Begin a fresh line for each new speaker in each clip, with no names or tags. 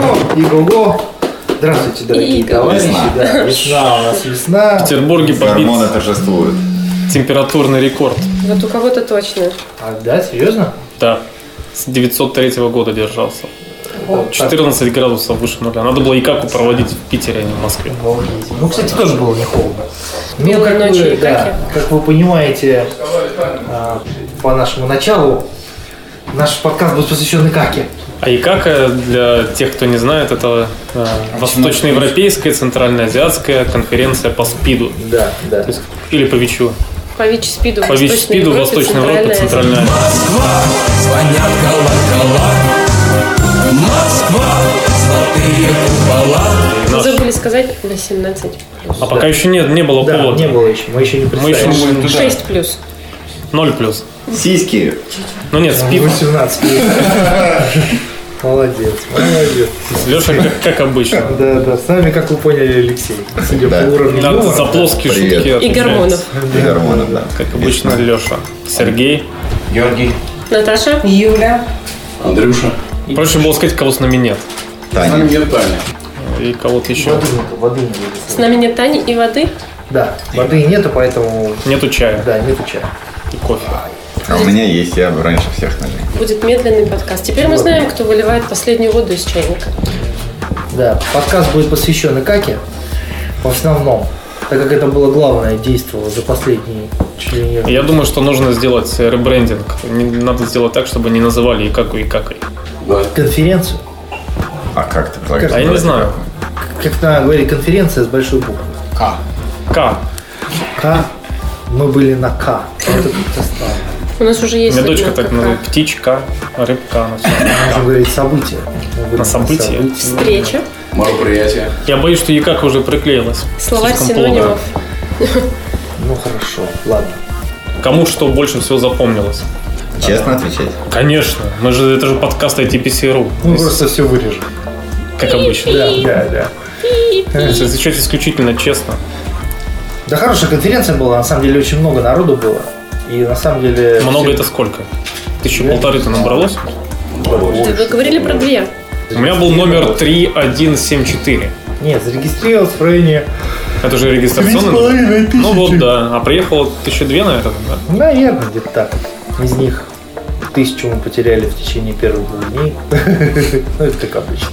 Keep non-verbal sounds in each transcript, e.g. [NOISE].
Ого, Иго-го. Здравствуйте, дорогие
Иго.
товарищи. Да, весна у нас весна.
В Петербурге побит
Гормоны торжествуют.
температурный рекорд.
Вот у кого-то точно.
А, да, серьезно?
Да. С 903 года держался. 14 градусов выше нуля. Надо было Икаку проводить в Питере, а не в Москве.
Обалдеть. Ну, кстати, тоже было не холодно. Ну,
Белые
как
ночи
вы,
и
да,
каки.
как вы понимаете, а, по нашему началу, наш подкаст будет посвящен Икаке.
А Икака, для тех, кто не знает, это э, восточноевропейская, центральноазиатская конференция по СПИДу.
Да, да.
То есть, или по ВИЧу.
По ВИЧ-СПИДу,
По ВИЧ-СПИДу, Восточной Европы, Центральная Азия.
Звонят колокола Москва, золотые купола
Наш.
Забыли сказать на 17.
А пока еще нет, не было
Да,
повода.
не было еще, мы еще не
Мы еще
представили.
6 плюс.
Ноль плюс.
Сиськи.
Ну нет,
[LAUGHS]
СПИД.
18. Молодец, молодец.
Леша, как, как обычно.
Да, да, с нами, как вы поняли, Алексей. Судя
Да.
по уровню
Да,
юмора.
за плоские
Привет.
шутки.
И
отвечает.
гормонов.
И гормоны, да.
Как обычно, Леша. Сергей.
Наташа?
Юля.
Андрюша.
Проще было сказать, кого с нами нет.
Таня.
нет Таня.
И кого-то еще.
Воды нету, воды не будет.
С нами нет Тани и воды.
Да, воды нету, поэтому
Нету чая
да, нету чая.
и кофе.
А у меня есть, я раньше всех налил.
Будет медленный подкаст. Теперь мы знаем, кто выливает последнюю воду из чайника.
Да, подкаст будет посвящен Икаке в основном, так как это было главное действие за последние чуть ли не-
Я думаю, что нужно сделать ребрендинг. Не- Надо сделать так, чтобы не называли Икаку Икакой.
Да.
конференцию.
А как ты предлагаешь?
А я не
назвать?
знаю.
Как надо говорить, конференция с большой буквы.
К.
К. Мы были на К. Вот это как-то странно.
У нас уже
У
есть...
меня дочка
одна
так
такая.
называет. Птичка, рыбка. ну всё.
Можно говорить события. Мы были
На события.
Встреча.
Мероприятие.
Я боюсь, что Икака уже приклеилась.
Словарь
Слишком
синонимов.
плотно.
Ну хорошо, ладно.
Кому что больше всего запомнилось?
Честно отвечать?
Конечно. Мы же, это же подкаст ITPC.ru.
Мы
То есть,
Ну, просто все вырежем.
Как обычно.
Да, да, да.
То есть Отвечать исключительно честно.
Да хорошая конференция была, на самом деле очень много народу было. И на самом деле...
Много это сколько? Тысячу полторы-то набралось?
Да, Вы говорили про две.
У меня был номер 3174.
Нет, зарегистрировалось в районе...
Это же регистрационный номер. Ну вот, да. А приехало тысяча две, наверное, да?
Ну, Наверное, где-то так. Из них тысячу мы потеряли в течение первых двух дней. [LAUGHS] Ну, это как обычно.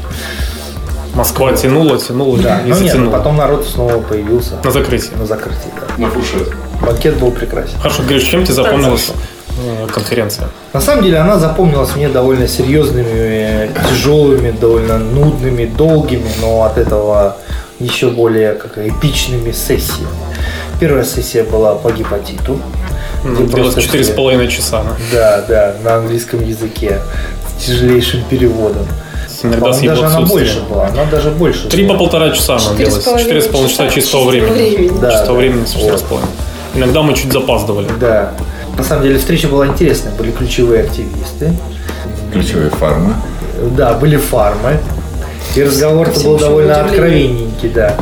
Москва тянула, тянула
Да,
и
ну нет,
затянула.
потом народ снова появился
На
[LAUGHS]
закрытие.
на закрытии. да.
На фуршет.
Банкет был прекрасен.
Хорошо, Гриш, чем тебе запомнилась э, конференция?
На самом деле она запомнилась мне довольно серьезными, э, тяжелыми, довольно нудными, долгими, но от этого еще более как эпичными сессиями. Первая сессия была по гепатиту. где
Длилась
просто
Ну, четыре с
все-
половиной часа. да.
Да, да, на английском языке с тяжелейшим переводом.
Иногда с
По-моему,
его
даже она больше
отсутствием.
была, она даже больше.
Три по
была.
полтора часа она
Четыре с
длилась.
половиной
Четыре с половиной часа чистого времени.
Да,
Чистого
да.
времени с четыре с половиной. Иногда мы чуть запаздывали.
Да. На самом деле встреча была интересная. Были ключевые активисты,
Ключевые фармы.
да, были фармы. И разговор-то был
всеобщему
довольно
удивлению.
откровенненький, да.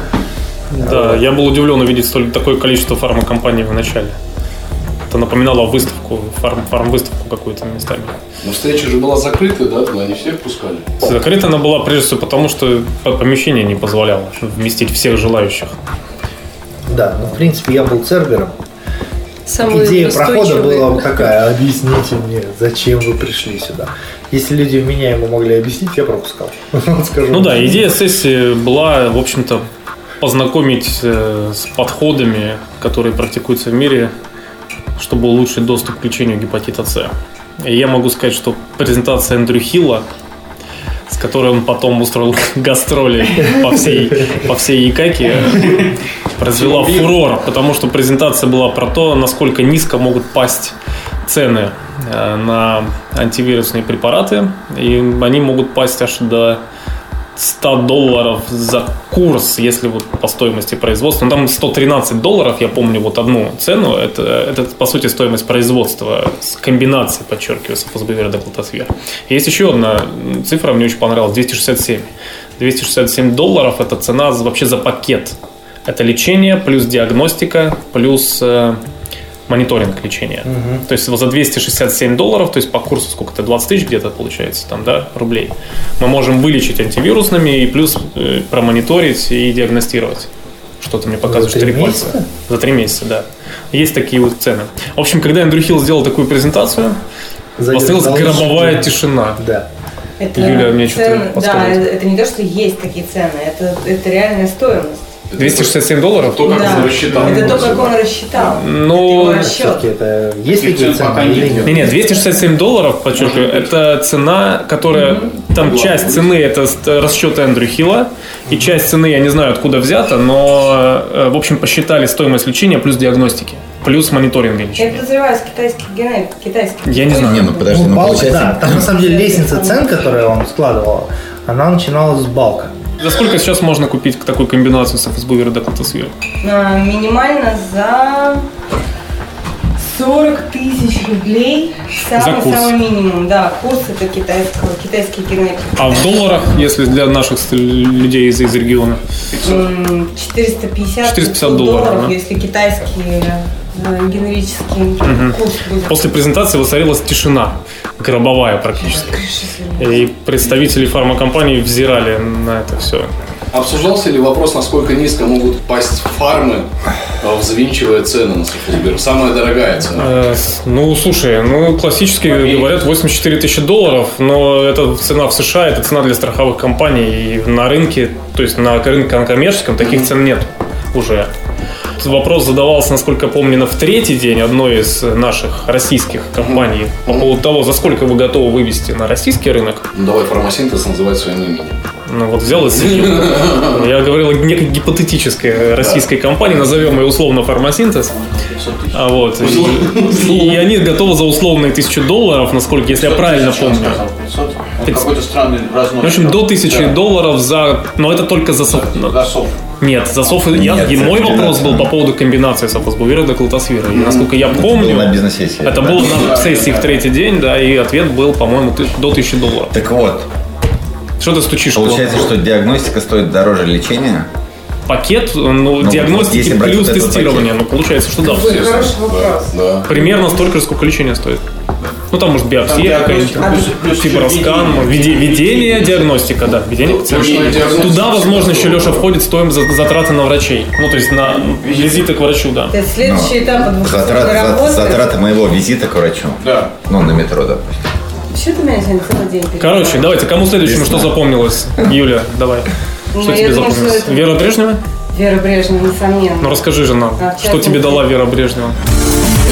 Да, я был удивлен увидеть столь такое количество фармакомпаний в начале. Это напоминало выставку, фарм, фарм-выставку какую-то местами.
Но Ну, встреча же была закрыта, да? Туда не всех пускали.
Закрыта она была прежде всего потому, что по- помещение не позволяло вместить всех желающих.
Да, ну в принципе я был цербером.
Самые
Идея прохода
устойчивые.
была такая, объясните мне, зачем вы пришли сюда. Если люди меня ему могли объяснить, я пропускал. [LAUGHS] Скажу.
Ну да, идея сессии была, в общем-то, познакомить э, с подходами, которые практикуются в мире, чтобы улучшить доступ к лечению гепатита С. И я могу сказать, что презентация Эндрю Хилла, с которой он потом устроил [LAUGHS] гастроли по всей, по всей Икаке, э, произвела фурор, потому что презентация была про то, насколько низко могут пасть цены э, на антивирусные препараты, и они могут пасть аж до 100 долларов за курс, если вот по стоимости производства. Ну, там 113 долларов, я помню, вот одну цену. Это, это по сути, стоимость производства с комбинацией, подчеркиваю, сапозбивера до клотосфер. Есть еще одна м, цифра, мне очень понравилась, 267. 267 долларов – это цена за- вообще за пакет. Это лечение плюс диагностика плюс э, мониторинг лечения. То есть вот за 267 долларов, то есть по курсу сколько то 20 тысяч где-то получается там, да, рублей, мы можем вылечить антивирусными и плюс э, промониторить и диагностировать. Что-то мне показываешь
три
три пальца.
месяца?
За три месяца, да. Есть такие вот цены. В общем, когда Эндрю Хилл сделал такую презентацию, воцарилась гробовая тишина.
Да.
Это
Юля, мне
цены-
что-то
Да,
подсказывает.
это не то, что есть такие цены, это, это реальная стоимость.
267 долларов?
То, как
Да.
он рассчитал.
Это то, как он рассчитал.
Ну,
это его расчет.
Все-таки это есть
Таких
такие
цен
цены
пока
или
нет.
нет?
Не, не, 267 долларов, подчеркиваю, это цена, которая, там часть цены это с- расчет Эндрю Хилла, и часть цены, я не знаю откуда взята, но, э, в общем, посчитали стоимость лечения плюс диагностики, плюс мониторинга
Я
лечения.
подозреваю, с китайских генетик, китайских.
Я не знаю.
Не, ну подожди, ну,
Ну, балка,
получается...
да. Там на самом деле лестница цен, которую он складывал, она начиналась с балка.
За сколько сейчас можно купить такую комбинацию с Фсбувера до
А, Минимально за 40 тысяч рублей.
За курс.
Самый-самый минимум. Да, курс это китайского, китайский генетик.
А в долларах, если для наших ст- людей из, из региона?
М, 450,
450 долларов, да.
если китайский э, генерический курс будет.
После презентации воцарилась тишина, гробовая практически.
Крыша слезет.
И представители фармакомпаний взирали на это все.
Обсуждался ли вопрос, насколько низко могут пасть фармы, э, взвинчивая цены на Сахузбер? Самая дорогая цена.
Э, Ну, слушай, ну, классически говорят 84 тысячи долларов, но это цена в США, это цена для страховых компаний, и на рынке, то есть на рынке коммерческом таких цен нет уже. Тут Вопрос задавался, насколько я помню, на в третий день одной из наших российских компаний по поводу того, за сколько вы готовы вывести на российский рынок.
Ну, давай фармасинтез называть своим именем.
Ну, вот взял и слил. Я говорил о некой гипотетической российской компании, назовем ее условно «Фармасинтез». А вот. И, и они готовы за условные тысячу долларов, насколько, если я правильно помню.
Какой-то странный разнос.
В общем, до тысячи долларов за... Но это только за... со-
Засов.
Нет, за соф... я-
Нет,
и
за
мой
комбинацию.
вопрос был по поводу комбинации софосбувера до клотосфера. И, насколько я
Было на
помню,
бизнес-сессии.
это
да?
было на сессии в третий день, да, и ответ был, по-моему, ты- до тысячи долларов.
Так вот,
Что ты стучишь?
получается, что диагностика стоит дороже лечения?
Пакет, ну,
вот
диагностики
если брать
плюс
вот этот
тестирование. Ну, получается, что да.
Ой, Хороший вопрос.
Да.
Примерно столько же, сколько лечение стоит. Ну, там, может, биопсия
Там
какая-нибудь,
диагностика,
плюс
плюс- плюс
фиброскан, может, виде- видение, диагностика, да, видение пациента.
Точная диагностика.
Туда, возможно, еще, Леша, входит стоимость за- затраты на врачей. Ну, то есть на визиты к врачу, да.
То есть следующий этап
Затрат-
адвокатской
за-
работы.
затраты моего визита к врачу.
Да.
Ну, на метро, допустим.
Что ты меня сегодня целый день перебиваешь?
Короче, давайте, кому следующему что запомнилось? Юля, давай.
Ну,
Что
я
тебе
думаю,
запомнилось?
что это-
Вера Брежнева?
Вера Брежнева, несомненно.
Ну, расскажи же нам,
А,
что
сейчас
тебе
я-
дала Вера Брежнева?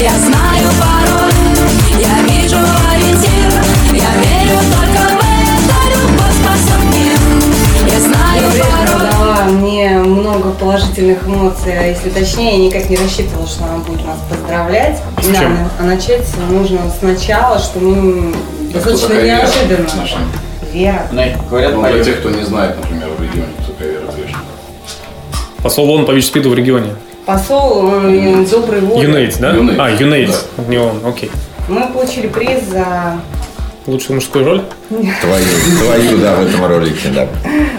Я знаю пароль, я вижу ориентир, я верю только в это, любовь спасет мир. Я знаю
Брежнева
пароль.
дала мне много положительных эмоций, а если точнее, я никак не рассчитывала, что она будет нас поздравлять.
С чем?
Да, а начать нужно сначала, что мы достаточно
такая Вера?
неожиданно.
Наша.
Вера.
Говорят,
Ну, для
поют.
тех, кто не знает, например, в регионе, кто такая Вера Брежнева.
Посол ООН по ВИЧ-СПИДу в регионе.
Посол э, доброй воли.
Юнейдс, да?
Юнейдс.
А, Юнейдс, не он, окей.
Мы получили приз за
Лучшую мужскую роль?
Твою, твою, да, в этом ролике, да.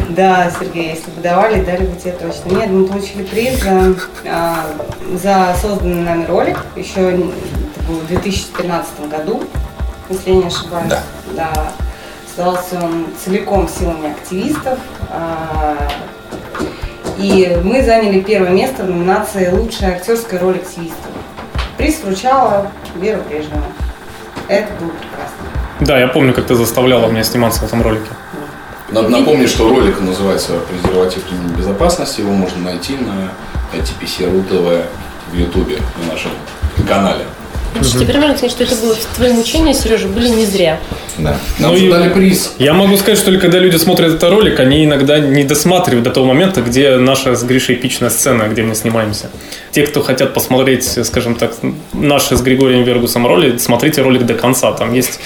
Да, Сергей, если бы давали, дали бы тебе точно. Нет, мы получили приз за, а, за созданный нами ролик. Еще н- это было в 2013 году, если я не ошибаюсь.
Да.
Да. Создался он целиком силами активистов. а, И мы заняли первое место в номинации «Лучшая актерская роль активистов». Приз вручала Вера Брежнева. Это было прекрасно.
Да, я помню, как ты заставляла меня сниматься в этом ролике.
Надо напомнить, что ролик называется «Презерватив ремень безопасности». Его можно найти на TPC.ru TV в Ютубе на нашем канале.
Значит, теперь можно сказать, что это было твои мучения, Сережа, были не зря.
Да.
Нам
Ну
же
и-
дали приз.
Я могу сказать, что когда люди смотрят этот ролик, они иногда не досматривают до того момента, где наша с Гришей эпичная сцена, где мы снимаемся. Те, кто хотят посмотреть, скажем так, наши с Григорием Вергусом роли, смотрите ролик до конца. Там есть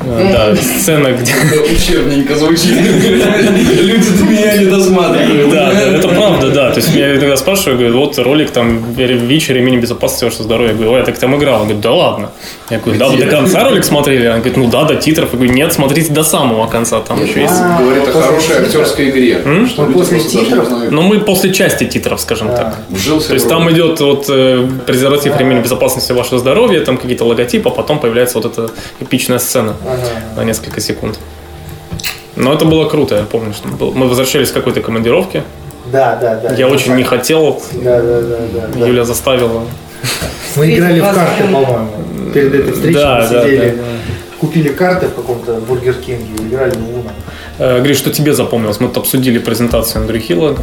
э, да, сцена, где...
Учебненько звучит. Люди до меня не досматривают.
Да, да, это правда, да. То есть меня иногда спрашивают, говорят, вот ролик там ВИЧ, ремень безопасности, ваше здоровье. Я говорю, ой, я так там играл. Он говорит, да ладно. Я говорю, да, вы до конца ролик смотрели? Он говорит, ну да, до титров. Я говорю, нет, смотрите до самого конца, там еще есть
Говорит о хорошей актерской игре. Что
Ну,
люди
после
просто даже
титров?
не узнают.
Но мы после Ну, части титров, скажем Ну так.
Вжился
То есть
в роль.
там идет идет вот э, презерватив ремень безопасности ваше здоровье, там какие-то логотипы, а потом появляется вот эта эпичная сцена
А,
на несколько секунд. Но это было круто, я помню, что был- мы возвращались с какой-то командировки.
Да, да, да.
Я очень не хотел,
Да, да, да, да, да.
Юля заставила.
Мы играли в
Встретить
карты,
вас прям-
по-моему. Перед этой встречей
Да,
мы
да,
сидели,
да,
купили карты в каком-то Бургер Кинге, играли в Уна.
Э, Гриш, что тебе запомнилось? Мы тут обсудили презентацию Эндрю Хилла,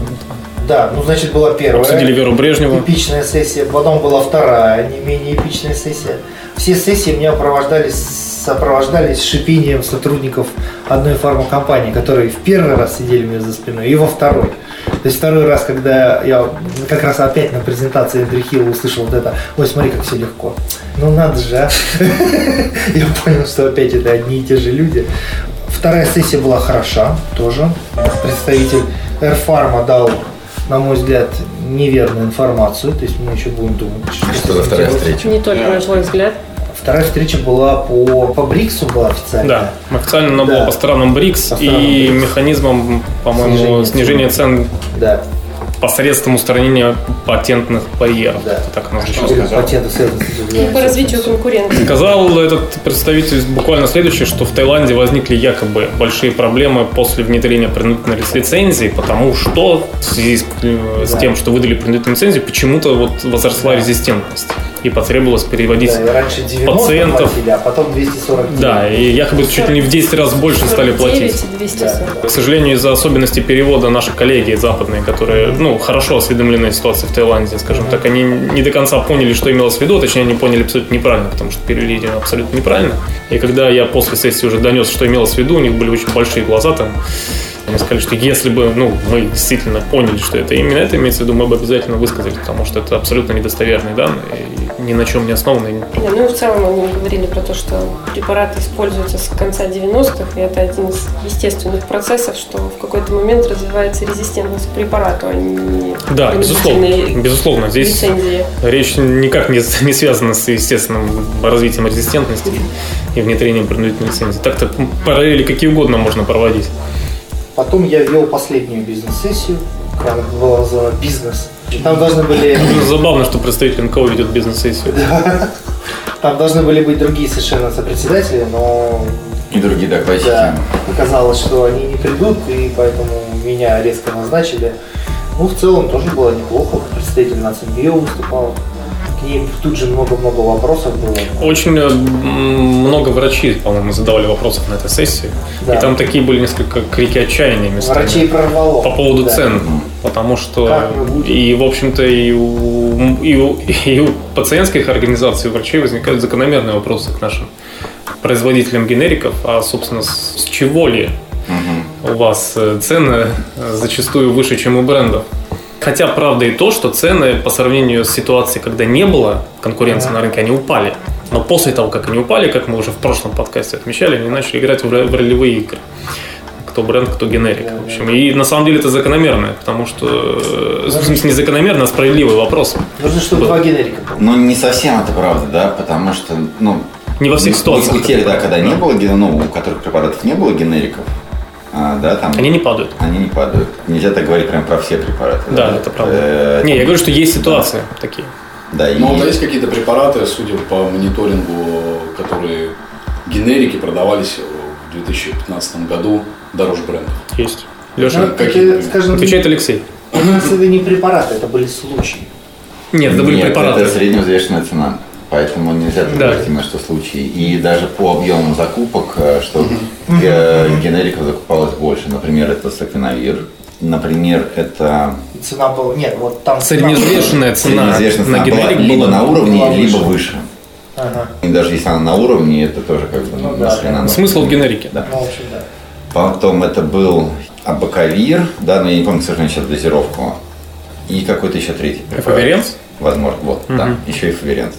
Да, ну значит была первая.
обсудили Веру Брежневу.
Эпичная сессия, потом была вторая, не менее эпичная сессия. Все сессии меня сопровождались, сопровождались шипением сотрудников одной фармакомпании, которые в первый раз сидели у меня за спиной и во второй. То есть второй раз, когда я как раз опять на презентации Эндрю Хилла услышал вот это, ой, смотри, как все легко. Ну надо же, а. [LAUGHS] Я понял, что опять это одни и те же люди. Вторая сессия была хороша тоже. Представитель Эрфарма дал, на мой взгляд, неверную информацию. То есть мы еще будем думать, что,
Что за вторая встреча?
Не только на твой взгляд.
Вторая встреча была по, по Бриксу была официально.
Да, официально она была
Да.
по странам БРИКС
По странам
и
БРИКС.
механизмом, по-моему,
Снижение
снижения цен
Да,
посредством устранения патентных барьеров.
Да.
Это Так оно
Что
сейчас.
Или
сказал?
патенты связаны с этим,
И Ну, по
да,
развитию конкуренции.
Сказал этот представитель буквально следующее, что в Таиланде возникли якобы большие проблемы после внедрения принудительной лицензии, потому что в связи с, э, с
Да.
тем, что выдали принудительную лицензию, почему-то вот возросла резистентность и потребовалось переводить.
Да, и раньше 90
пациентов.
платили, а потом 240.
Да, и якобы чуть ли не в 10 раз больше стали платить.
49 и 240.
К сожалению, из-за особенностей перевода наши коллеги западные, которые, ну, хорошо осведомлены о ситуации в Таиланде, скажем так, они не до конца поняли, что имелось в виду, точнее, они поняли абсолютно неправильно, потому что перевели ее абсолютно неправильно. И когда я после сессии уже донес, что имелось в виду, у них были очень большие глаза там. Они сказали, что если бы ну, мы действительно поняли, что это именно это имеется в виду, мы бы обязательно высказали, потому что это абсолютно недостоверные данные, и ни на чем не основанные.
Да, ну и в целом они говорили про то, что препараты используются с конца 90-х, и это один из естественных процессов, что в какой-то момент развивается резистентность к препарату, а не
Да, безусловно,
принудительные
безусловно, здесь
лицензии.
Речь никак не, не связана с естественным развитием резистентности и внедрением принудительной лицензии. Так-то параллели какие угодно можно проводить.
Потом я вел последнюю бизнес-сессию, она была за бизнес. Там должны были
Ну, Забавно, что представитель НКО ведет бизнес-сессию.
Там должны были быть другие совершенно сопредседатели, но
И другие докладчики.
да, оказалось, что они не придут, и поэтому меня резко назначили. Ну, в целом тоже было неплохо. Представитель нацбио выступал. К ней тут же много-много вопросов было.
Очень э, м, много врачей, по-моему, задавали вопросов на этой сессии.
Да.
И там такие были несколько крики отчаяния местами.
Врачей прорвало.
По поводу
Да.
цен, потому что
Как мы будем?
и, в общем-то, и у, и, у, [LAUGHS] и у пациентских организаций, и у врачей возникают закономерные вопросы к нашим производителям генериков, а, собственно, с, с чего ли у вас э, цены э, зачастую выше, чем у брендов. Хотя правда и то, что цены по сравнению с ситуацией, когда не было конкуренции на рынке, они упали. Но после того, как они упали, как мы уже в прошлом подкасте отмечали, они начали играть в ро- в ролевые игры кто бренд, кто генерик. В общем, и на самом деле это закономерно, потому что э, в смысле не закономерно, а справедливый вопрос.
Нужно, чтобы
Было.
два генерика было.
Ну, не совсем это правда, да, потому что, ну,
Не во всех
у-
ситуациях.
У тех, да,
это
когда не
правда.
было, ген- ну, у которых препаратов не было генериков, а, да, там
Они не падают.
они не падают. Нельзя так говорить прям про все препараты.
Да, это правда.
Э,
Не, я говорю, что есть ситуации такие.
Да, и
Ну, вот есть какие-то препараты, судя по мониторингу, которые генерики продавались в 2015 году дороже брендов.
Есть.
Ну,
Леша,
какие-
это, скажем,
отвечает Алексей.
у нас это не препараты, это были случаи.
Нет, это были
Нет,
препараты.
Это средневзвешенная цена. Поэтому нельзя так
Да.
говорить ни на что случай. И даже по объемам закупок, э, что э, генериков закупалось больше. Например, это саквиновир. Например, это
Цена была... Нет, вот там... цена была-
Средневзвешенная цена
средневзвешенная цена
на
была
генерик
либо
была
на уровне,
была
либо
выше.
выше.
Ага.
И даже если она на уровне, это тоже как бы
Ну да.
нахрена. нам.
Смысл в генерике.
Да.
Ну, в общем, да.
Потом это был Абакавир, да, но я не помню, к сожалению, сейчас дозировку. И какой-то еще третий препарат.
Эфаверенс?
Возможно, вот, да, еще и Фаверенс.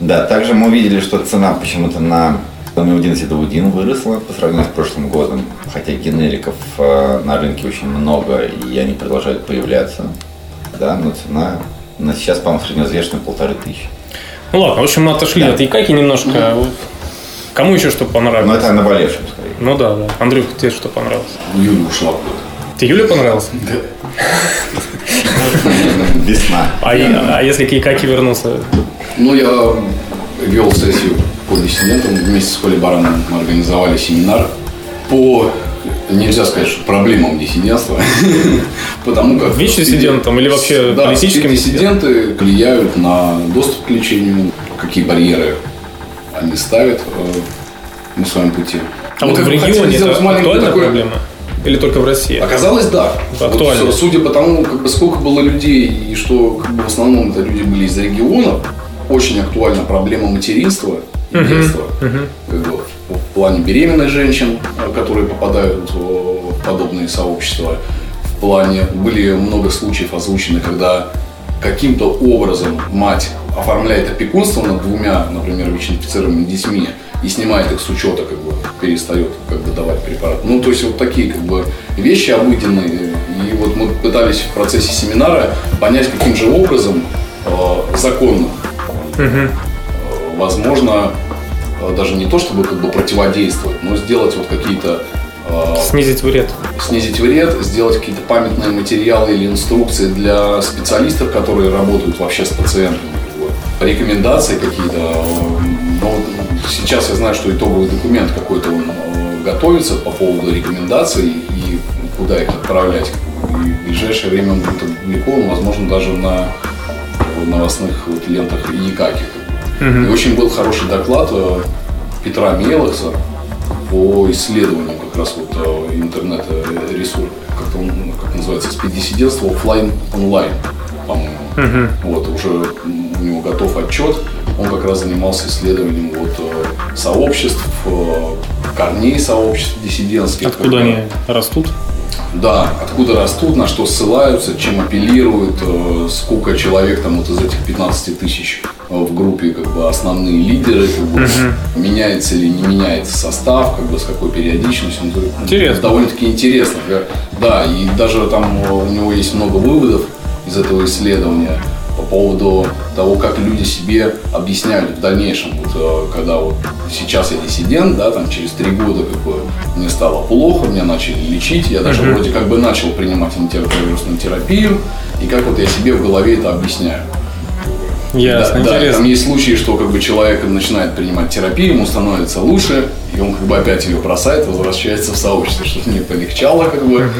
Да, также мы увидели, что цена почему-то на Ламиудин Сидоудин выросла по сравнению с прошлым годом, хотя генериков э, на рынке очень много, и они продолжают появляться. Да, но цена на сейчас, по-моему, средневзвешенная полторы тысячи.
Ну ладно, в общем, мы отошли
Да.
от Якаки немножко. Кому еще что
Но
Ну,
понравилось?
это о наболевшем, скорее.
Ну да, да. Андрюх, тебе что понравилось?
Юля ушла.
Тебе Юля понравилась?
Весна.
А, и- а если к Икаке вернуться?
Ну, я вел сессию по диссидентам. Вместе с Холли Бараном мы организовали семинар по, нельзя сказать, что проблемам диссидентства. [LAUGHS] Потому как...
ВИЧ-диссидентам или вообще
Да,
политическим
диссиденты влияют на доступ к лечению, какие барьеры они ставят э, на своем пути.
А
Мы
вот
как
в
Ну, бы хотели
регионе это
сделать маленькую
актуальная
такую-
проблема? Или только в России?
Оказалось, да.
Актуально.
Вот, су- судя по тому, как бы, сколько было людей и что как бы, в основном это люди были из регионов, очень актуальна проблема материнства и детства. Как бы, в- в плане беременных женщин, э, которые попадают э, в подобные сообщества. В плане были много случаев озвучены, когда каким-то образом мать оформляет опекунство над двумя, например, ВИЧ-инфицированными детьми и снимает их с учета, как бы перестает как бы, давать препарат. Ну, то есть вот такие как бы вещи обыденные. И вот мы пытались в процессе семинара понять, каким же образом э, законно э, возможно э, даже не то, чтобы как бы противодействовать, но сделать вот какие-то э,
Снизить вред.
снизить вред, сделать какие-то памятные материалы или инструкции для специалистов, которые работают вообще с пациентами. Вот. Рекомендации какие-то. эм, Ну, сейчас я знаю, что итоговый документ какой-то он э, готовится по поводу рекомендаций и куда их отправлять. И в ближайшее время он будет опубликован, возможно, даже на в новостных вот лентах Якаки. И очень был хороший доклад э, Петра Мелоса по исследованию как раз вот э, интернета ресурсов, как, он, ну, как называется, спидисидентство офлайн онлайн, по-моему. Вот, уже м, у него готов отчет. Он как раз занимался исследованием вот, э, сообществ, э, корней сообществ диссидентских.
Откуда
как бы.
они растут?
Да, откуда растут, на что ссылаются, чем апеллируют, э, сколько человек там вот из этих 15 тысяч э, в группе как бы основные лидеры, как бы, меняется или не меняется состав, как бы с какой периодичностью. Ну, то есть, ну,
Интересно.
Довольно-таки интересно. Я- Да, и даже там э, у него есть много выводов из этого исследования по поводу того, как люди себе объясняют в дальнейшем, вот, э, когда вот сейчас я диссидент, да, там через три года как бы мне стало плохо, меня начали лечить, я даже вроде как бы начал принимать антиретровирусную терапию, и как вот я себе в голове это объясняю.
Ясно,
Да, да,
интересно.
там есть случаи, что как бы человек начинает принимать терапию, ему становится лучше, и он как бы опять ее бросает, возвращается в сообщество, что мне полегчало как бы.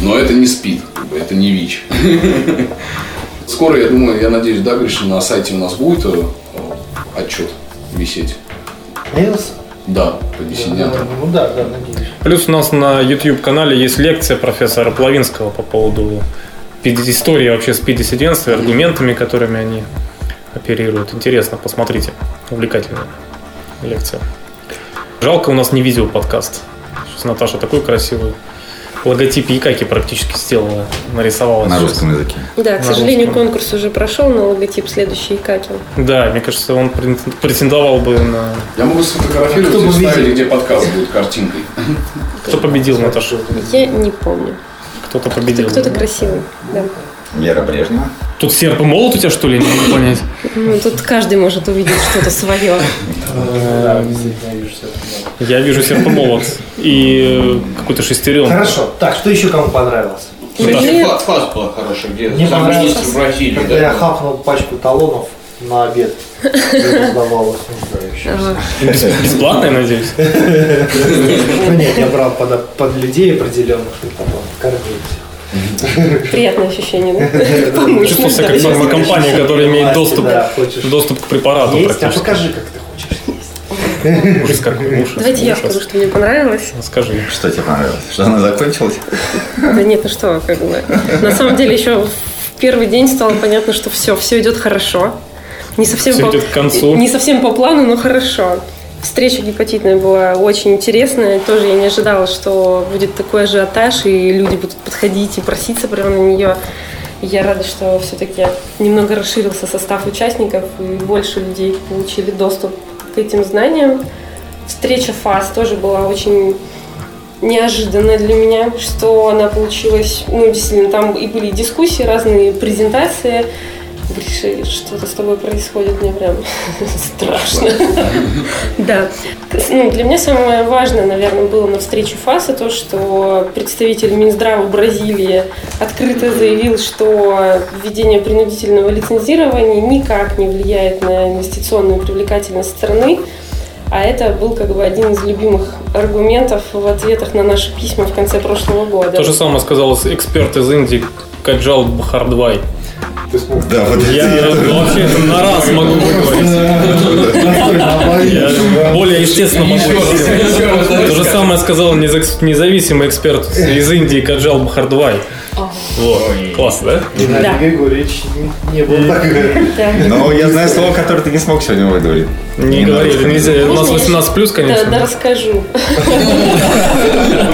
Но это не спит, как бы, это не ВИЧ. [LAUGHS] Скоро, я думаю, я надеюсь, да, Гриша, на сайте у нас будет э, отчет висеть.
Рилс?
Да, по диссидентам.
Ну да, да, надеюсь.
Плюс у нас на YouTube-канале есть лекция профессора Плавинского по поводу пи- истории вообще спид-диссидентства, аргументами, которыми они оперируют. Интересно, посмотрите. Увлекательная лекция. Жалко, у нас не видео-подкаст. Сейчас Наташа такой красивый логотип Якаки практически сделала, нарисовала.
На
Сейчас.
русском языке.
Да, к
Пожалуйста.
сожалению, конкурс уже прошел на логотип следующей Икаки.
Да, мне кажется, он прен- претендовал бы на...
Я могу сфотографировать
Кто бы
и
видел?
вставить, где подкаст будет картинкой.
Кто победил, Наташа?
Я не помню.
Кто-то
Это
победил.
кто-то красивый. Да.
Вера Брежнева.
Тут серп и молот у тебя, что ли? Не могу понять.
Ну, тут каждый может увидеть что-то свое.
Я вижу серп и молот. И э, какую-то шестеренку.
Хорошо. Так, что еще кому понравилось?
Вообще
Мне-
фа- фаз была хорошая, где
Мне
сам
понравилось,
министр Бразилии,
Когда я
да.
[LAUGHS]
хапнул пачку талонов на обед, я раздавалось нуждающимся.
Бес- Бесплатно, я надеюсь.
Ну нет, я брал под, под людей определенных и потом кормил
Приятное ощущение,
[LAUGHS]
да? Помочь
Чувствую себя как
нуждающимся.
фарма- компания, которая имеет доступ,
Да, хочешь
доступ к препарату
есть, а
практически.
покажи, как ты хочешь есть.
Ужас какой, ужас.
Давайте я скажу,
ужас.
что мне понравилось.
Скажи.
Что тебе понравилось? Что она закончилась?
Да нет, ну что, как бы. На самом деле еще в первый день стало понятно, что все, все идет хорошо. Не совсем
Всё
по,
идет к концу.
Э, Не совсем по плану, но хорошо. Встреча гепатитная была очень интересная. Тоже я не ожидала, что будет такой ажиотаж, и люди будут подходить и проситься прямо на нее. И Я рада, что все-таки немного расширился состав участников, и больше людей получили доступ к этим знаниям. Встреча ФАС тоже была очень неожиданно для меня, что она получилась, ну, действительно, там и были дискуссии, разные презентации, Решили, что-то с тобой происходит, мне прям [LAUGHS] страшно. Да. Ну, для меня самое важное, наверное, было на встрече ФАСа то, что представитель Минздрава Бразилии открыто заявил, что введение принудительного лицензирования никак не влияет на инвестиционную привлекательность страны. А это был как бы один из любимых аргументов в ответах на наши письма в конце прошлого года.
То же самое сказал эксперт из Индии Каджал Бахардвай.
Ты
ну,
[LAUGHS]
смог? Да, вот
Я вообще на раз могу [LAUGHS] выговорить. Я Более естественно могу. То же самое сказал незакс- независимый эксперт из Индии Каджал Бахардвай. Вот. Класс, да?
Геннадий
Да.
Григорьевич не- не был так. э,
Да.
Но я знаю слово, которое ты не смог сегодня выговорить.
Не говори, это нельзя. У нас
Можно я
18 плюс,
Да, да,
конечно.
расскажу.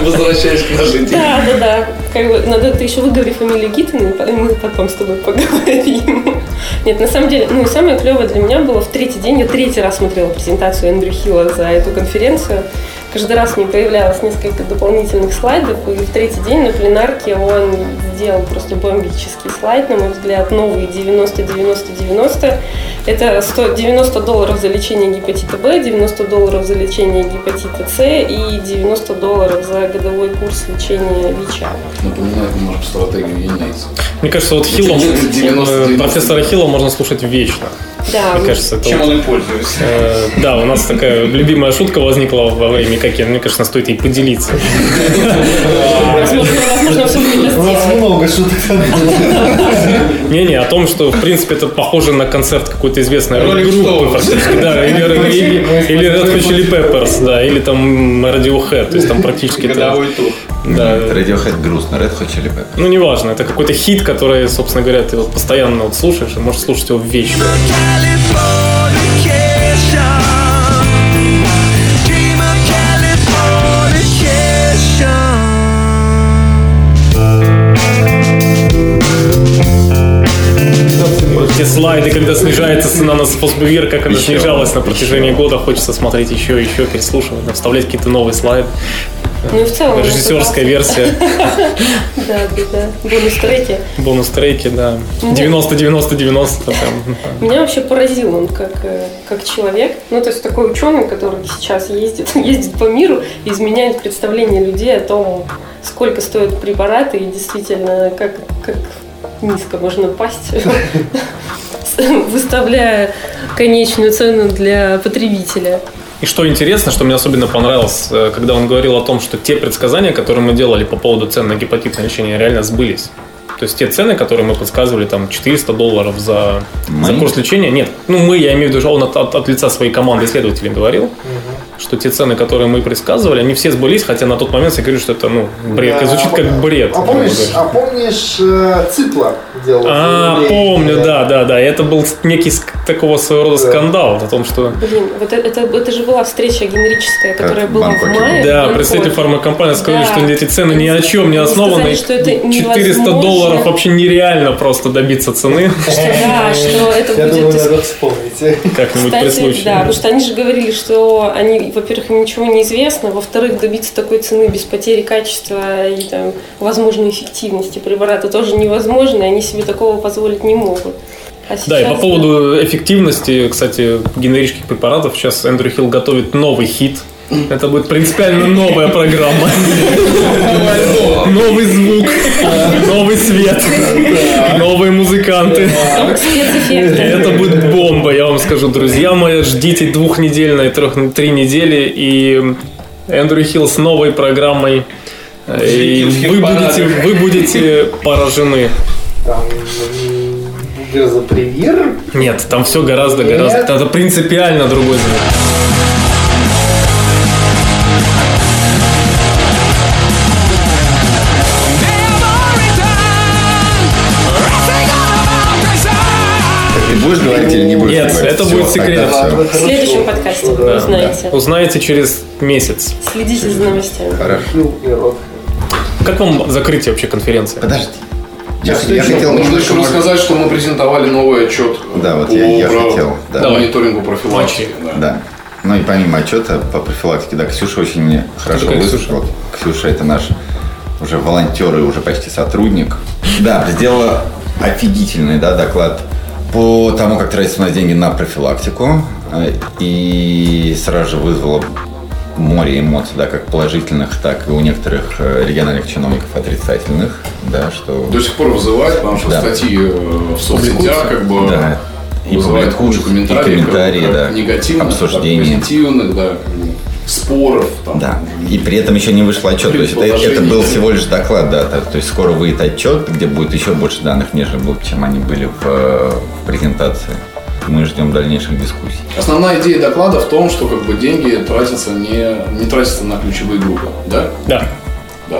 Возвращаясь к нашей теме.
Да, да, да. Как бы, надо, ты еще выговори фамилию Гиттон, и по- мы потом с тобой поговорим. [LAUGHS] Нет, на самом деле, ну и самое клевое для меня было в третий день, я третий раз смотрела презентацию Эндрю Хилла за эту конференцию. Каждый раз мне появлялось несколько дополнительных слайдов, и в третий день на пленарке он сделал просто бомбический слайд, на мой взгляд, новые 90-90-90. Это 100, 90 долларов за лечение гепатита В, 90 долларов за лечение гепатита С и 90 долларов за годовой курс лечения ВИЧа.
Напоминает немножко стратегию индейцев.
Мне кажется, вот Хилла,
Девяносто, девяносто,
э,
девяносто.
профессора Хилла можно слушать вечно.
Да, ну,
Мне кажется, это
А Чем
вот,
он и пользуется.
э, Да, у нас такая любимая шутка возникла во время как Мне кажется, стоит ей поделиться.
возможно, [LAUGHS]
[LAUGHS]
возможно, все будет
У нас
сделано.
много шуток там было.
Не-не, о том, что, в принципе, это похоже на концерт какой-то известной
Rolling
группы
Stones.
практически,
[LAUGHS]
да, или, или, или Red Hot Chili Peppers, да, или там Radiohead, то есть там практически это,
Годовой тур.
да,
Radiohead грустно, Red Hot Chili Peppers.
ну, неважно, это какой-то хит, который, собственно говоря, ты вот постоянно вот слушаешь и можешь слушать его вечно. Вот те слайды, когда снижается цена на спосбувер, как она
Ещё,
снижалась на протяжении
ещё.
года, хочется смотреть еще, еще, переслушивать, вставлять какие-то новые слайды.
Ну и в целом... это
Режиссерская версия,
классно. Да, да, да. Бонус-треки.
бонус-треки, да. 90-90-90 там.
Меня вообще поразил он как, э, как человек. Ну, то есть такой ученый, который сейчас ездит, [LAUGHS] ездит по миру, и изменяет представление людей о том, сколько стоят препараты и действительно как, как низко можно пасть, [LAUGHS] выставляя конечную цену для потребителя.
И что интересно, что мне особенно понравилось, э, когда он говорил о том, что те предсказания, которые мы делали по поводу цен на гепатитное лечение, реально сбылись. То есть те цены, которые мы подсказывали, там 400 долларов за,
Мы?
за курс лечения, нет, ну мы, я имею в виду, что он от, от- от лица своей команды исследователей говорил, что те цены, которые мы предсказывали, они все сбылись, хотя на тот момент я говорю, что это ну бред,
Да,
звучит
а
как
пом-
бред.
А помнишь, а помнишь э, цикла делал?
А, помню, да, да, да. Это был некий ск- такого своего рода
Да.
скандал о том, что
Блин, вот э, это, это, это же была встреча генерическая, которая
в
была в
Бангкоке.
мае. в
Да,
Бангкоке.
представители фармакомпании сказали,
Ну, Да.
что эти цены ни о чем
Они
не
сказали,
основаны.
что это
400
невозможно.
долларов вообще нереально просто добиться цены [LAUGHS]
Что, да, что Ну, это
Я
будет...
думаю, надо вспомнить.
как-нибудь при
Кстати,
случае.
да, потому что они же говорили, что они, во-первых, им ничего не известно, во-вторых, добиться такой цены без потери качества и там, возможной эффективности препарата тоже невозможно, и они себе такого позволить не могут. А
Да, и
сейчас,
по поводу эффективности, кстати, генерических препаратов, сейчас Эндрю Хилл готовит новый хит. Это будет принципиально новая программа. Новый звук, новый свет, новые музыканты.
да, спецэффекты.
[LAUGHS] Это будет бомба, я вам скажу, друзья мои, ждите двухнедельной, трех, три недели и Эндрю Хилл с новой программой. Э, И
Великих
вы
парадов.
будете, вы будете поражены.
Там м, газопремьер.
Нет, там все гораздо, гораздо.
Нет.
Это принципиально другой звук.
Ты будешь говорить или не будешь
Нет,
говорить?
это
Всё,
будет секрет.
тогда всё.
Ладно,
В следующем
хорошо.
подкасте
Что,
вы
да.
узнаете.
Узнаете через месяц.
Следите за новостями.
Хорошо.
Хилл и Рок.
Как вам закрытие вообще конференции?
Подожди. Я,
Если
я
что,
хотел
Нужно
немножко,
еще
может-
рассказать, что мы презентовали новый отчет э,
Да, вот
по
я- я
про-
хотел, да.
по мониторингу профилактики. да.
Да. Ну и помимо отчета по профилактике, да, Ксюша очень мне хорошо
такая
выступила. Ксюша? это наш уже волонтер и уже почти сотрудник. Да, сделала офигительный да, доклад по тому, как тратить у нас деньги на профилактику, э, и сразу же вызвало море эмоций, да, как положительных, так и у некоторых э, региональных чиновников отрицательных, да, что...
До сих пор вызывает, потому что
Да.
статьи э, в соцсетях как бы
Да. И
вызывает
публикуют,
кучу комментариев,
и комментарии,
как
да,
негативных, так и
обсуждений.
позитивных, да, споров, там,
Да. И при этом еще не вышел отчет. То есть это, это был всего лишь доклад, да. То то есть скоро выйдет отчет, где будет еще больше данных, нежели было, чем они были в, э, в презентации. Мы ждем дальнейших дискуссий.
Основная идея доклада в том, что как бы деньги тратятся не, не тратятся на ключевые группы, да?
Да.
Да.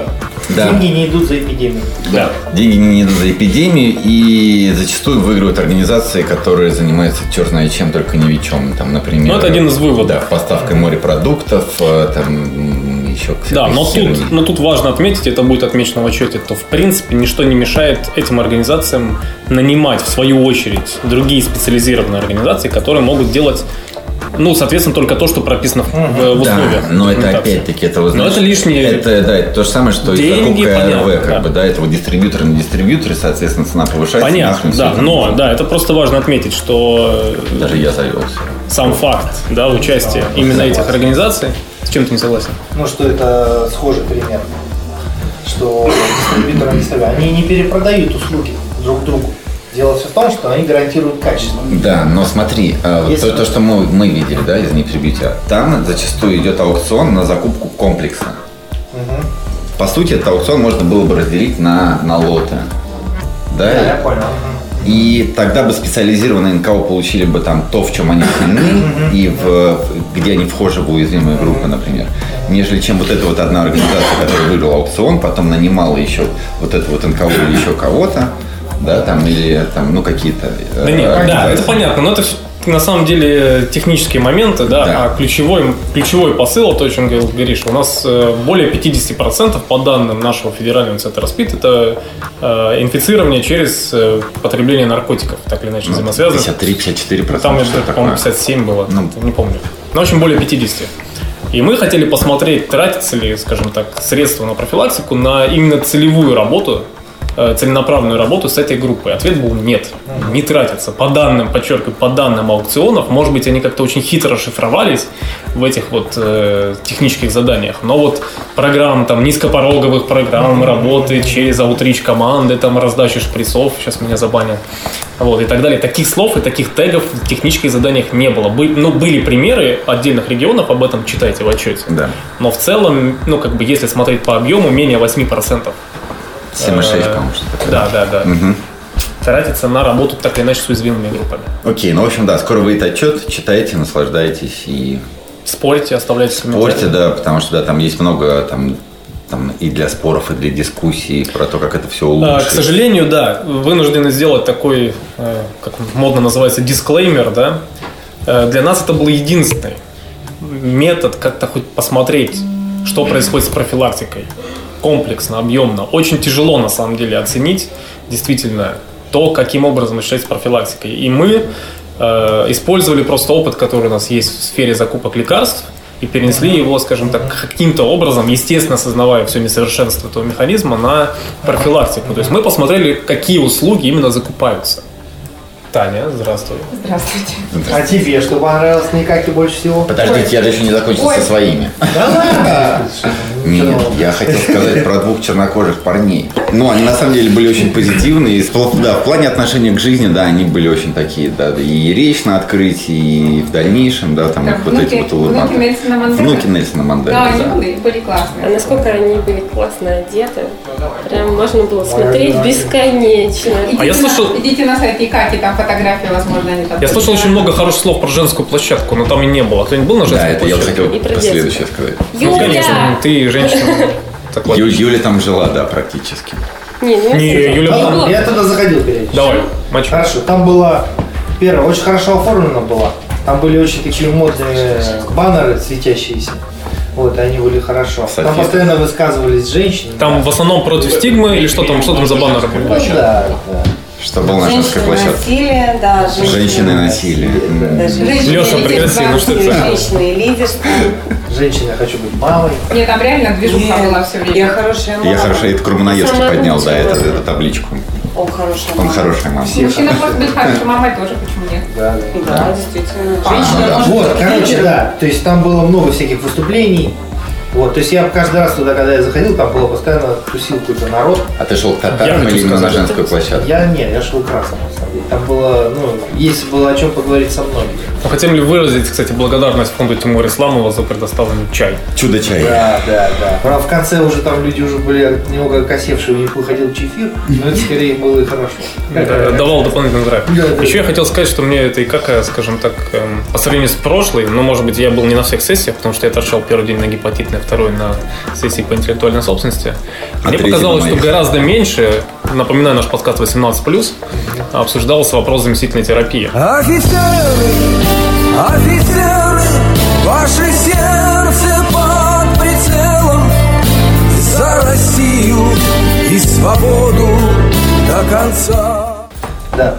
Да.
Деньги не идут за эпидемию.
Да.
Деньги не идут за эпидемию, и зачастую выигрывают организации, которые занимаются черт знает чем, только не вечом. Там, например,
Ну, это один из выводов.
Да, поставкой морепродуктов, э, там м, еще к
Да,
всякой
но
херни.
тут, но тут важно отметить, это будет отмечено в отчете, то в принципе ничто не мешает этим организациям нанимать в свою очередь другие специализированные организации, которые могут делать, ну, соответственно, только то, что прописано в, э, в
Да,
условиях.
но это
документации.
опять-таки, это, вот,
Но
знаешь,
это лишнее.
Это, да, это то же самое, что и
Деньги,
закупка
понятно,
РВ, как
да.
бы, да, это вот дистрибьютор на дистрибьютор, и, соответственно, цена повышается.
Понятно,
нахрен всё
да,
это
но
нужно.
да, это просто важно отметить, что э,
Даже я завелся.
сам факт, да, участия именно этих организаций, с чем ты не согласен?
Ну что это схожий пример, что дистрибьюторы не ставят. Они не перепродают услуги друг другу. Дело все в том, что они гарантируют качество.
Да, но смотри, э, вот
Если-
то, то, что мы, мы видели, да, из Неприбития, там зачастую идет аукцион на закупку комплекса. По сути, этот аукцион можно было бы разделить на, на лоты. Да,
Да, я понял.
И тогда бы специализированные НКО получили бы там то, в чем они сильны, и в, где они вхожи в уязвимые группы, например. Нежели чем вот эта вот одна организация, которая выиграла аукцион, потом нанимала еще вот это вот НКО или еще кого-то, да, там, или там, ну, какие-то э,
Да нет, да,
организации.
это понятно, но это всё- на самом деле э, технические моменты, да,
Да.
а ключевой, ключевой посыл, то, о чем говорил Гриша, у нас э, более 50% по данным нашего федерального центра СПИД, это э, инфицирование через э, потребление наркотиков, так или
Ну,
иначе взаимосвязано.
53-54%.
Там это,
что
по-моему,
такое.
57 было,
Ну.
не помню. Ну, в общем, более 50. И мы хотели посмотреть, тратятся ли, скажем так, средства на профилактику на именно целевую работу, э, целенаправленную работу с этой группой. Ответ был нет, не тратятся. По данным, подчеркиваю, по данным аукционов, может быть, они как-то очень хитро шифровались в этих вот э, технических заданиях. Но вот программ там низкопороговых программ работы через аутрич команды, там раздачи шприцов, сейчас меня забанят, вот, и так далее. Таких слов и таких тегов в технических заданиях не было. Бы- ну, были примеры отдельных регионов, об этом читайте в отчете.
Да,
Но в целом, ну, как бы, если смотреть по объему, менее 8%.
7,6,
Э,
по-моему, что такое.
Да, да, да.
Мгм.
Тратится на работу так или иначе с уязвимыми группами.
Окей, ну, в общем, да, скоро выйдет отчет, читайте, наслаждайтесь и
Спорьте, оставляйте
Ну,
комментарии.
Спорте, да, потому что да, там есть много там, там и для споров, и для дискуссий про то, как это все
А,
улучшить.
К сожалению, да, вынуждены сделать такой, э, как он модно называется, дисклеймер, да. Э, Для нас это был единственный метод как-то хоть посмотреть, что происходит с профилактикой. Комплексно, объемно. Очень тяжело, на самом деле, оценить действительно то, каким образом осуществляется профилактика. И мы э, использовали просто опыт, который у нас есть в сфере закупок лекарств, и перенесли его, скажем так, каким-то образом, естественно, осознавая все несовершенство этого механизма, на профилактику. То есть мы посмотрели, какие услуги именно закупаются. Таня, здравствуй.
Здравствуйте.
А тебе что понравилось Никаки больше всего?
Подождите, я даже не закончил со своими. Нет, я хотел сказать про двух чернокожих парней. Ну, они на самом деле были очень позитивные. И в пл- да, в плане отношения к жизни, да, они были очень такие, да, и речь на открытии, и в дальнейшем, да, там их вот эти вот улыбанки.
внуки Нельсона Манделы.
Внуки Нельсона Манделы,
Да, они
да.
были, были классные.
А насколько они были классно одеты. Прям можно было смотреть бесконечно.
Идите
А я
на-
слышал-
Идите на сайт Икаки, там фотографии, возможно, они там.
Я слышал очень много хороших слов про женскую площадку, но там и не было. Кто-нибудь был на женской
Да, это я
площадке?
хотел
И про
последующее сказать.
Ну,
Юля!
конечно, ты женщина. Так вот.
Ю- Юля там жила, да, практически.
Не, ну,
Не, Юля,
Там- Я туда заходил периодически.
давай, мальчик.
Хорошо, там была, первое, очень хорошо оформлена была. Там были очень такие модные баннеры светящиеся. Вот, и они были хорошо. Там
Соответственно.
постоянно высказывались женщины.
Там в основном против стигмы или что там, что там за баннеры были?
Ну да, да.
Что было на женской
Женщины
площадке.
насилие, да,
Женщины насилие. М.
Да, женщины
Лёша,
лидерство,
прекрати, ну что это?
Женщины лидерство.
Женщина, я хочу быть мамой.
Не, там реально движуха была все
Я
время.
хорошая мама.
Я хорошо это крупноежки
Самая
поднял, да,
лучшая.
это, эту табличку.
Он хорошая
Он
мама.
хорошая мама.
Мужчина может быть хорошим, мамой тоже, почему нет?
Да, да.
Да, действительно.
А,
Женщина
Да,
может
Вот,
быть
короче,
лидером.
да. То есть там было много всяких выступлений. Вот, то есть я каждый раз туда, когда я заходил, там было постоянно тусил какой-то народ.
А ты шел к
Я
татарам
хочу
или именно на
сказать,
женскую площадку?
Я не, я шел красным, на самом деле. Там было, ну, есть было о чем поговорить со многими.
Мы А хотим ли выразить, кстати, благодарность фонду Тимура Исламова за предоставленный чай?
Чудо-чай.
Да, да, да. А в конце уже там люди уже были немного окосевшие, у них выходил чефир, но это скорее было и хорошо.
Да, Давал дополнительный драйв.
Да, да,
Еще я
да.
хотел сказать, что мне это и как, э, скажем так, эм, по сравнению с прошлой, но, может быть, я был не на всех сессиях, потому что я торчал первый день на гепатитной, а второй на сессии по интеллектуальной собственности.
А
Мне
третий
показалось,
на
что
моих.
гораздо меньше, напоминаю, наш подкаст 18+, обсуждался вопрос заместительной терапии.
Офицеры, офицеры, ваше сердце под прицелом За Россию и свободу до конца
Да.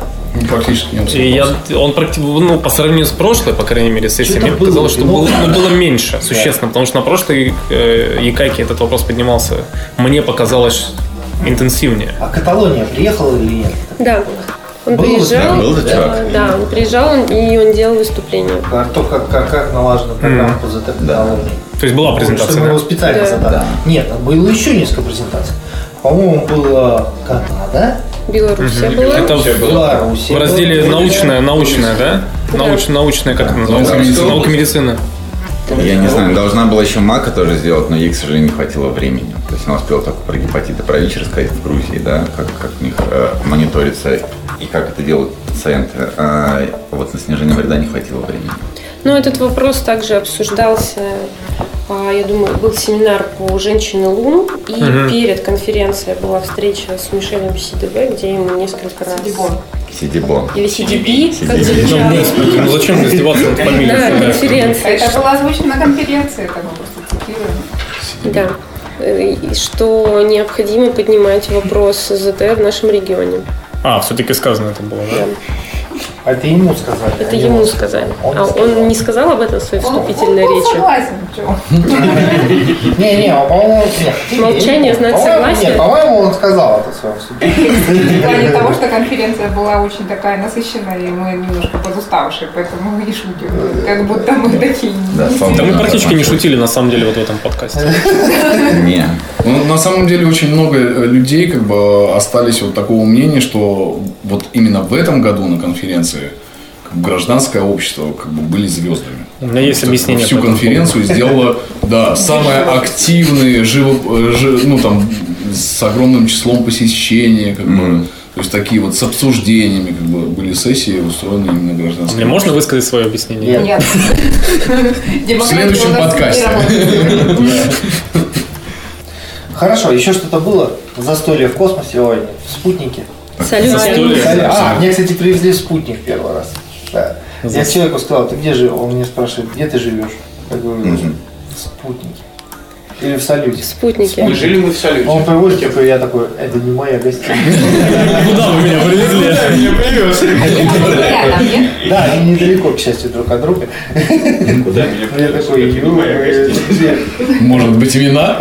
Фактически не
И я, он практи- ну, по сравнению с прошлой, по крайней мере, сессией,
Что-то
мне
было,
показалось, что
ну,
было,
да.
ну, было меньше, существенно, потому что на прошлой э, Якайке этот вопрос поднимался, мне показалось, интенсивнее.
А Каталония приехала или нет?
Да. Он
Был,
приезжал.
да, был
да,
чувак.
да, он приезжал он- и он делал выступление.
А то, как, как, как налажена программа
Мгм.
по ЗТ Каталонии.
То есть была презентация,
Что мы
да?
его специально
Да.
задали. Нет, там было еще несколько презентаций. По-моему, было Канада,
Белоруссия была.
Это в,
Беларусь.
в разделе
было-
научная, научная, да?
Да.
Науч, научная, как это называется?
Наука
Наука,
медицины.
медицины.
Я не знаю, должна была еще Мака тоже сделать, но ей, к сожалению, не хватило времени. То есть она успела только про гепатиты про ВИЧ рассказать в Грузии, да, как, как у них э, мониторится и как это делают пациенты. А вот на снижение вреда не хватило времени.
Ну, этот вопрос также обсуждался, а, я думаю, был семинар по женщине Лун, и
Мгм.
перед конференцией была встреча с Мишелем Сидебе, где ему несколько раз...
Сидебон.
Сидибо.
Или CDB, как
CDB.
звучало.
Ну зачем издеваться над
Да,
фамилией?
конференция.
Это было озвучено на конференции, это мы просто цитируем.
Да. Э, и Что необходимо поднимать вопрос ЗТ в нашем регионе.
А, все-таки сказано это было, да?
А это ему сказали. а
Это
не
ему
он.
сказали.
Он
А
не
он не сказал об этом в своей
Он- он
вступительной
был
речи.
согласен, чего?
Не, не, он, по-моему, нет.
Молчание знак
По-моему,
согласия.
Нет, по-моему, он сказал это в своем вступе.
В плане того, что конференция была очень такая насыщенная, и мы немножко подуставшие, поэтому мы не шутим. Как будто мы такие
Да, слава
Да
богу, она
мы практически не
закончилась.
шутили, на самом деле, вот в этом подкасте.
Не.
Ну, на самом деле очень много э, людей как бы остались вот такого мнения, что вот именно в этом году на конференции как бы, гражданское общество как бы были звездами.
У меня есть
То есть
объяснение.
Всю
по этому
конференцию сделала, да, самые активные, живо- э, жи- ну там с огромным числом посещения, как бы. То есть такие вот с обсуждениями как бы были сессии, устроены именно
поводу.
гражданские.
Мне можно высказать свое объяснение?
Нет.
Нет. В
следующем подкасте.
Хорошо, еще что-то было? Застолье в космосе, ой, нет, в спутнике.
Салют.
Застолье.
А, мне, кстати, привезли спутник первый раз. Да. Я
Зас-
человеку сказал, ты где же? Он мне спрашивает, где ты живешь? Я говорю, в спутнике. Или в салюте.
Спутники.
Жили мы в салюте.
Он привозит, такой, я такой, это не
[LAUGHS]
моя гостиница.
Куда вы меня привезли?
Да, они недалеко, к счастью, друг от друга. Ну, Я такой, «Ю, э, где?»
Может быть, вина?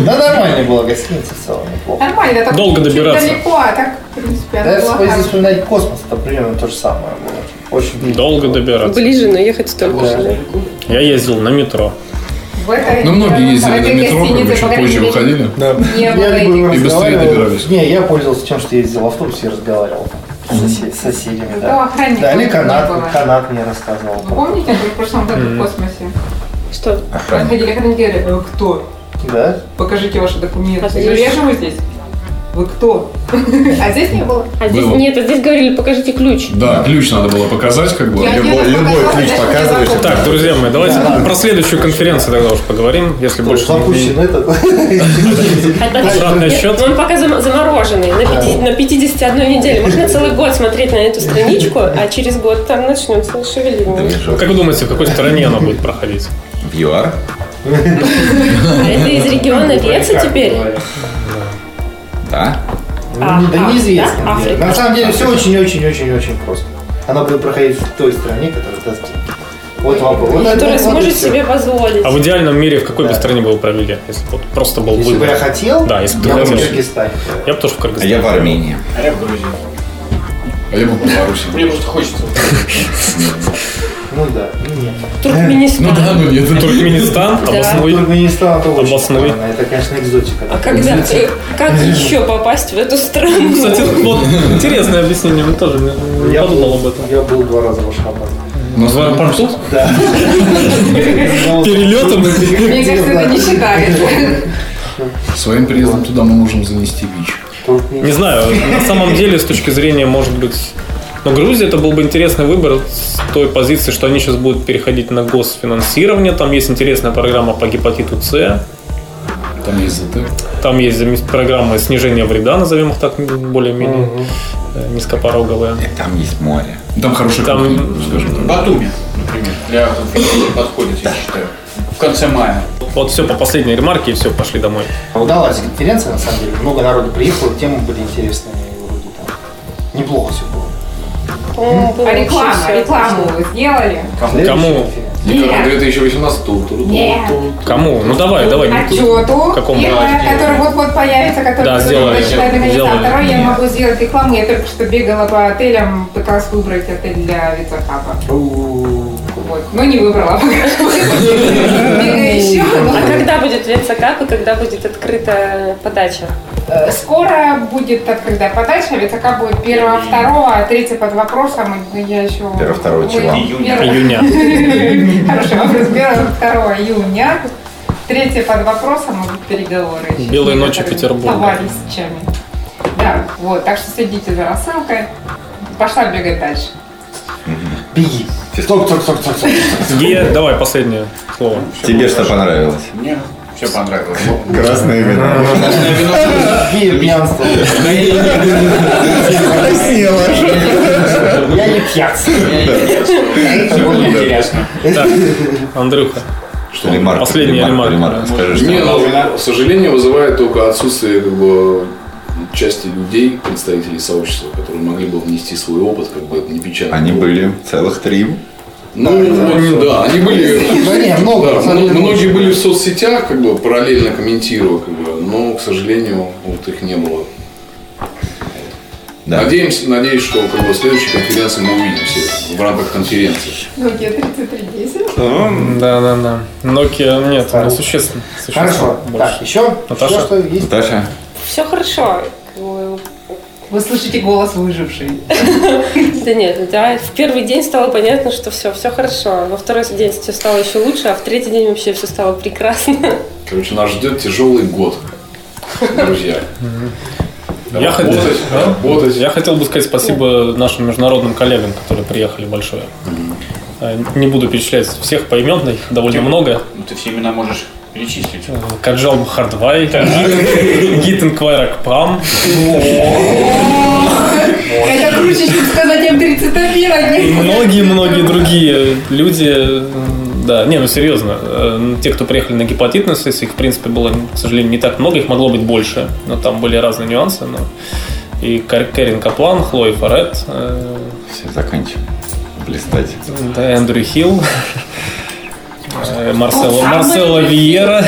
Да нормально была гостиница в целом, неплохо.
Нормально, так
Долго
чуть-чуть
добираться.
Далеко, а так, в принципе,
Да,
она была
если
хорошая.
вспоминать космос, то примерно то же самое было. Очень
Долго добираться.
Ближе, но ехать столько же. да.
Я ездил на метро.
В этой-
Ну, многие ездили
в
на
этой
метро, как бы
гостинице, по
чуть
крайней
позже
мере,
выходили.
Не было
либо
этих.
И быстрее
разговаривал-
добирались.
Не, я пользовался тем, что ездил в автобусе и разговаривал там с сосе- с соседями.
Зато
Да,
охранников
да или
не
канат,
было.
канат мне рассказывал.
Вы Помните, как в прошлом году в космосе?
Что?
Ходили охранники и говорили, «Вы кто?
Да?
Покажите ваши документы.
А
Я говорю, я
здесь-
живу здесь. Вы кто? А здесь не было.
А здесь
Было.
нет, а здесь говорили, покажите ключ.
Да, ключ надо было показать, как бы.
Я
Любой-
где-то
любой
показалась,
ключ
даже не
показываешь,
запомнила.
Так, друзья мои, давайте про следующую конференцию тогда уж поговорим, если больше...
Запущен этот.
Обратный
Нет,
счет?
Он пока зам- замороженный на, пяти- на 51 неделе.
[LAUGHS]
Можно целый год смотреть на эту страничку, а через год там начнется шевеление.
Как вы думаете, в какой стране она будет проходить?
В ЮАР?
А это из региона Веца теперь?
Да.
А,
Да
а,
неизвестно.
да,
где.
Африка.
На самом деле все очень-очень-очень-очень просто. Она будет проходить в той стране, которая даст деньги. Вот вопрос. Вот
Который
Ну, вот и
сможет
всё.
себе позволить.
А в идеальном мире в какой бы стране бы вы провели? Если бы вот просто был
Если бы
выбор.
я хотел,
Да, если бы ты
я бы в
хотел.
Кыргызстане.
Я бы тоже в
А
Кыргызстане.
я в Армении.
А я в Грузии.
А я бы в Беларуси.
Мне просто хочется.
Ну да, ну нет.
Туркменистан.
Ну да, ну нет.
Туркменистан, а
Да.
обоснуй.
Туркменистан это очень
Обоснуй.
странно, это, конечно, экзотика.
А когда? э, Как еще попасть в эту страну?
Ну, Кстати, вот интересное объяснение, вы тоже не не
Я
подумал
был,
об этом.
я был два раза в Ашхабаде.
Но
В аэропорту?
Да. Ну,
Перелетом?
Мне кажется, это не считает.
Своим приездом туда мы можем занести ВИЧ.
Туркменистан.
Не знаю, на самом деле, с точки зрения, может быть, но Грузия это был бы интересный выбор с той позиции, что они сейчас будут переходить на госфинансирование. Там есть интересная программа по гепатиту С.
Там есть ЗТ.
Там есть замес- программы снижения вреда, назовем их так, более-менее э, низкопороговые.
И там есть море.
Ну, Там хорошая
Там-
кухня, скажем так.
Батуми, например, для конференции подходит, я считаю. В конце мая.
Вот все по последней ремарке и все, пошли домой.
Удалась А конференция, на самом деле. Много народу приехало, темы были интересные. вроде там. Неплохо все было.
По-моему, было
А
вообще
рекламу,
всё
рекламу вы сделали?
Кому?
Никак 2018 ту- ту- ту-
Нет.
ту- ту-
Кому? Ну давай, давай.
Отчету,
Какому?
первое, который вот-вот появится, который
Да, сделали,
прочитает на
сделали.
Второе, я могу сделать рекламу. Я только что бегала по отелям, пыталась выбрать отель для Вицахаба. Вот. Но не выбрала пока что. Бегаю еще. но-
А когда будет Венцакап и когда будет открыта подача?
Э, Скоро будет открытая подача, Вицахаб будет 1, 2, 3 под вопросом. и Я еще...
Первого, второго чего?
Июня.
Июня.
Хороший вопрос. 1-2 июня. Третье под вопросом идут переговоры. еще с
Белые ночи
некоторыми
Петербурга.
Товарищами. Да, вот. Так что следите за рассылкой. Пошла бегать дальше.
Беги.
Стоп, стоп, стоп, стоп, стоп.
Е, давай последнее слово.
Тебе что понравилось?
Мне все понравилось.
Красное вино.
Беги, пьянство. Я не пьянство.
Интересно.
Так, Андрюха.
Что, ремарка?
Последняя ремарка.
ремарка. Скажи, что
Не, ну, сожаление вызывает только отсутствие как бы части людей, представителей сообщества, которые могли бы внести свой опыт, как бы это не печально.
Они были целых три.
Ну, они- да, они были.
Да Ну, не, много,
Да,
на самом
мно-
деле,
Многие были в соцсетях, как бы параллельно комментируя, как бы, но, к сожалению, вот их не было.
Да.
Надеемся, надеюсь, что как бы, в следующей конференции мы увидимся в рамках конференции.
Nokia 3310.
Да, да, да. Nokia нет, ну, существенно. существенно
Хорошо.
больше.
Так, еще?
Наташа?
Еще что есть?
Наташа,
Все хорошо. Как бы,
Вы слышите голос выжившей.
Да нет, да, в первый день стало понятно, что все, все хорошо. а Во второй день все стало еще лучше, а в третий день вообще все стало
[LAUGHS]
прекрасно.
Короче, нас ждет тяжелый год, друзья.
Я хотел,
Работать,
да?
работать.
я хотел бы сказать спасибо нашим международным коллегам, которые приехали большое. Э, Не буду перечислять всех поименно, их довольно много.
Ну, ты все имена можешь перечислить.
Э, Каджал Махардвай, Гитен Квайракпам,
Это круче, чем сказать М30
и
Амира.
многие-многие другие люди. э, Да, не, ну серьезно, э, те, кто приехали на гепатитную сессию, их, в принципе, было, к сожалению, не так много, их могло быть больше, но там были разные нюансы. Но... И Кар- Кэрин Каплан, Хлоя Фарет, э,
все, заканчивай. Блистать.
Да, Эндрю Хилл, э, Марсело, Марсело Виера.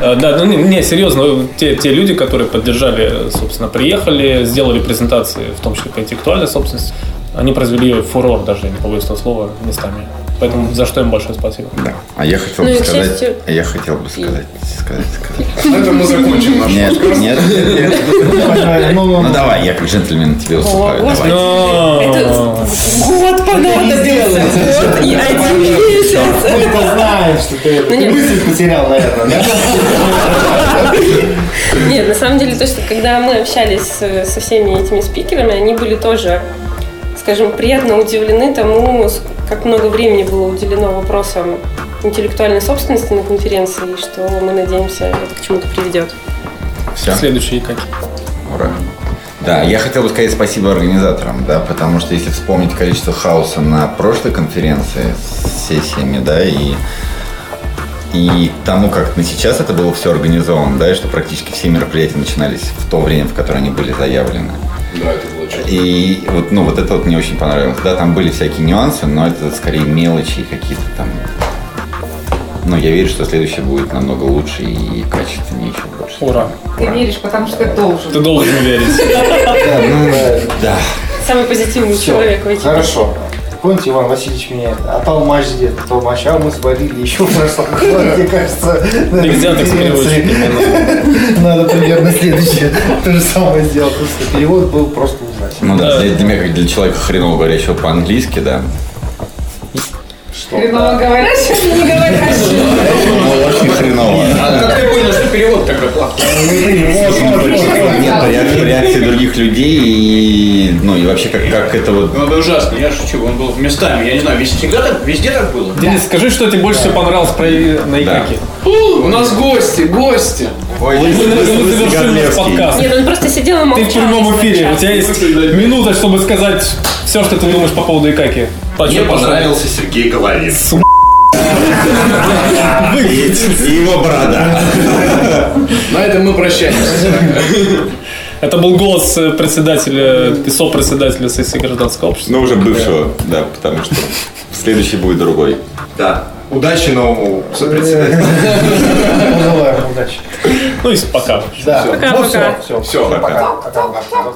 Э, Да, ну не, не, серьезно, те, те люди, которые поддержали, собственно, приехали, сделали презентации, в том числе по интеллектуальной собственности, они произвели фурор даже, я не побоюсь этого слова, местами. Поэтому за что им большое спасибо.
Да. А я хотел
Ну
бы
и, к
сказать... а
счастью-
Я хотел бы сказать... Сказать, сказать.
На этом мы закончим наш
Нет, нет, нет, нет.
Ну,
Ну давай, я как джентльмен тебе уступаю. Давай.
Но...
Это год понадобился. Вот и один месяц. Ну
Ты-то знаешь, что ты ты
нет.
мысль потерял, наверное.
[LAUGHS]
да?
Нет, на самом деле то, что когда мы общались э, со всеми этими спикерами, они были тоже, скажем, приятно удивлены тому, с- как много времени было уделено вопросам интеллектуальной собственности на конференции, и что мы надеемся, это к чему-то приведет.
Все.
Следующие какие?
Ура. Да, я хотел бы сказать спасибо организаторам, да, потому что если вспомнить количество хаоса на прошлой конференции с сессиями, да, и, и тому, как на сейчас это было все организовано, да, и что практически все мероприятия начинались в то время, в которое они были заявлены.
Да, это было чем.
И вот, ну, вот это вот мне очень понравилось. Да, там были всякие нюансы, но это скорее мелочи и какие-то там... Ну, я верю, что следующее будет намного лучше и качественнее еще больше.
Ура.
Ты веришь, потому что ты должен.
Ты должен верить.
Да, ну, да.
Да.
Самый позитивный
Всё,
человек в этих.
Хорошо. Помните, Иван Васильевич меня а толмач где то толмач, а мы свалили еще в прошлом
[LAUGHS]
году, мне кажется. на
Нельзя так с
конференции. Надо примерно следующее то же самое сделать, потому что перевод был просто ужасен.
Ну да, для, для меня, как для человека хреново говорящего по-английски, да.
Хреново говорящий, не говорящий.
Ну, очень [LAUGHS] хреново.
А как ты понял, что перевод такой плохой?
Нет реакции, реакции других людей и, ну, и вообще как, как это вот...
Ну, это ужасно, я шучу, он был местами, я не знаю, везде, всегда так, везде так было?
Денис, скажи, что тебе больше всего понравилось про на Икаке.
У нас гости, гости!
Ой,
Мы завершим наш подкаст.
Нет, он просто сидел и
Ты
молчал.
в прямом эфире, у тебя есть минута, чтобы сказать все, что ты думаешь по поводу Икаки.
Мне понравился Сергей Головин.
И его борода.
На этом мы прощаемся.
Это был голос э, председателя и сопредседателя сессии гражданского общества.
Ну, уже бывшего, да, потому [LAUGHS] что следующий будет другой.
Да. Удачи новому сопредседателю.
Желаем удачи.
Ну и пока.
Да.
Пока-пока.
Все, все.
Все, пока.
Пока. Пока. Пока.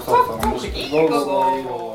Пока.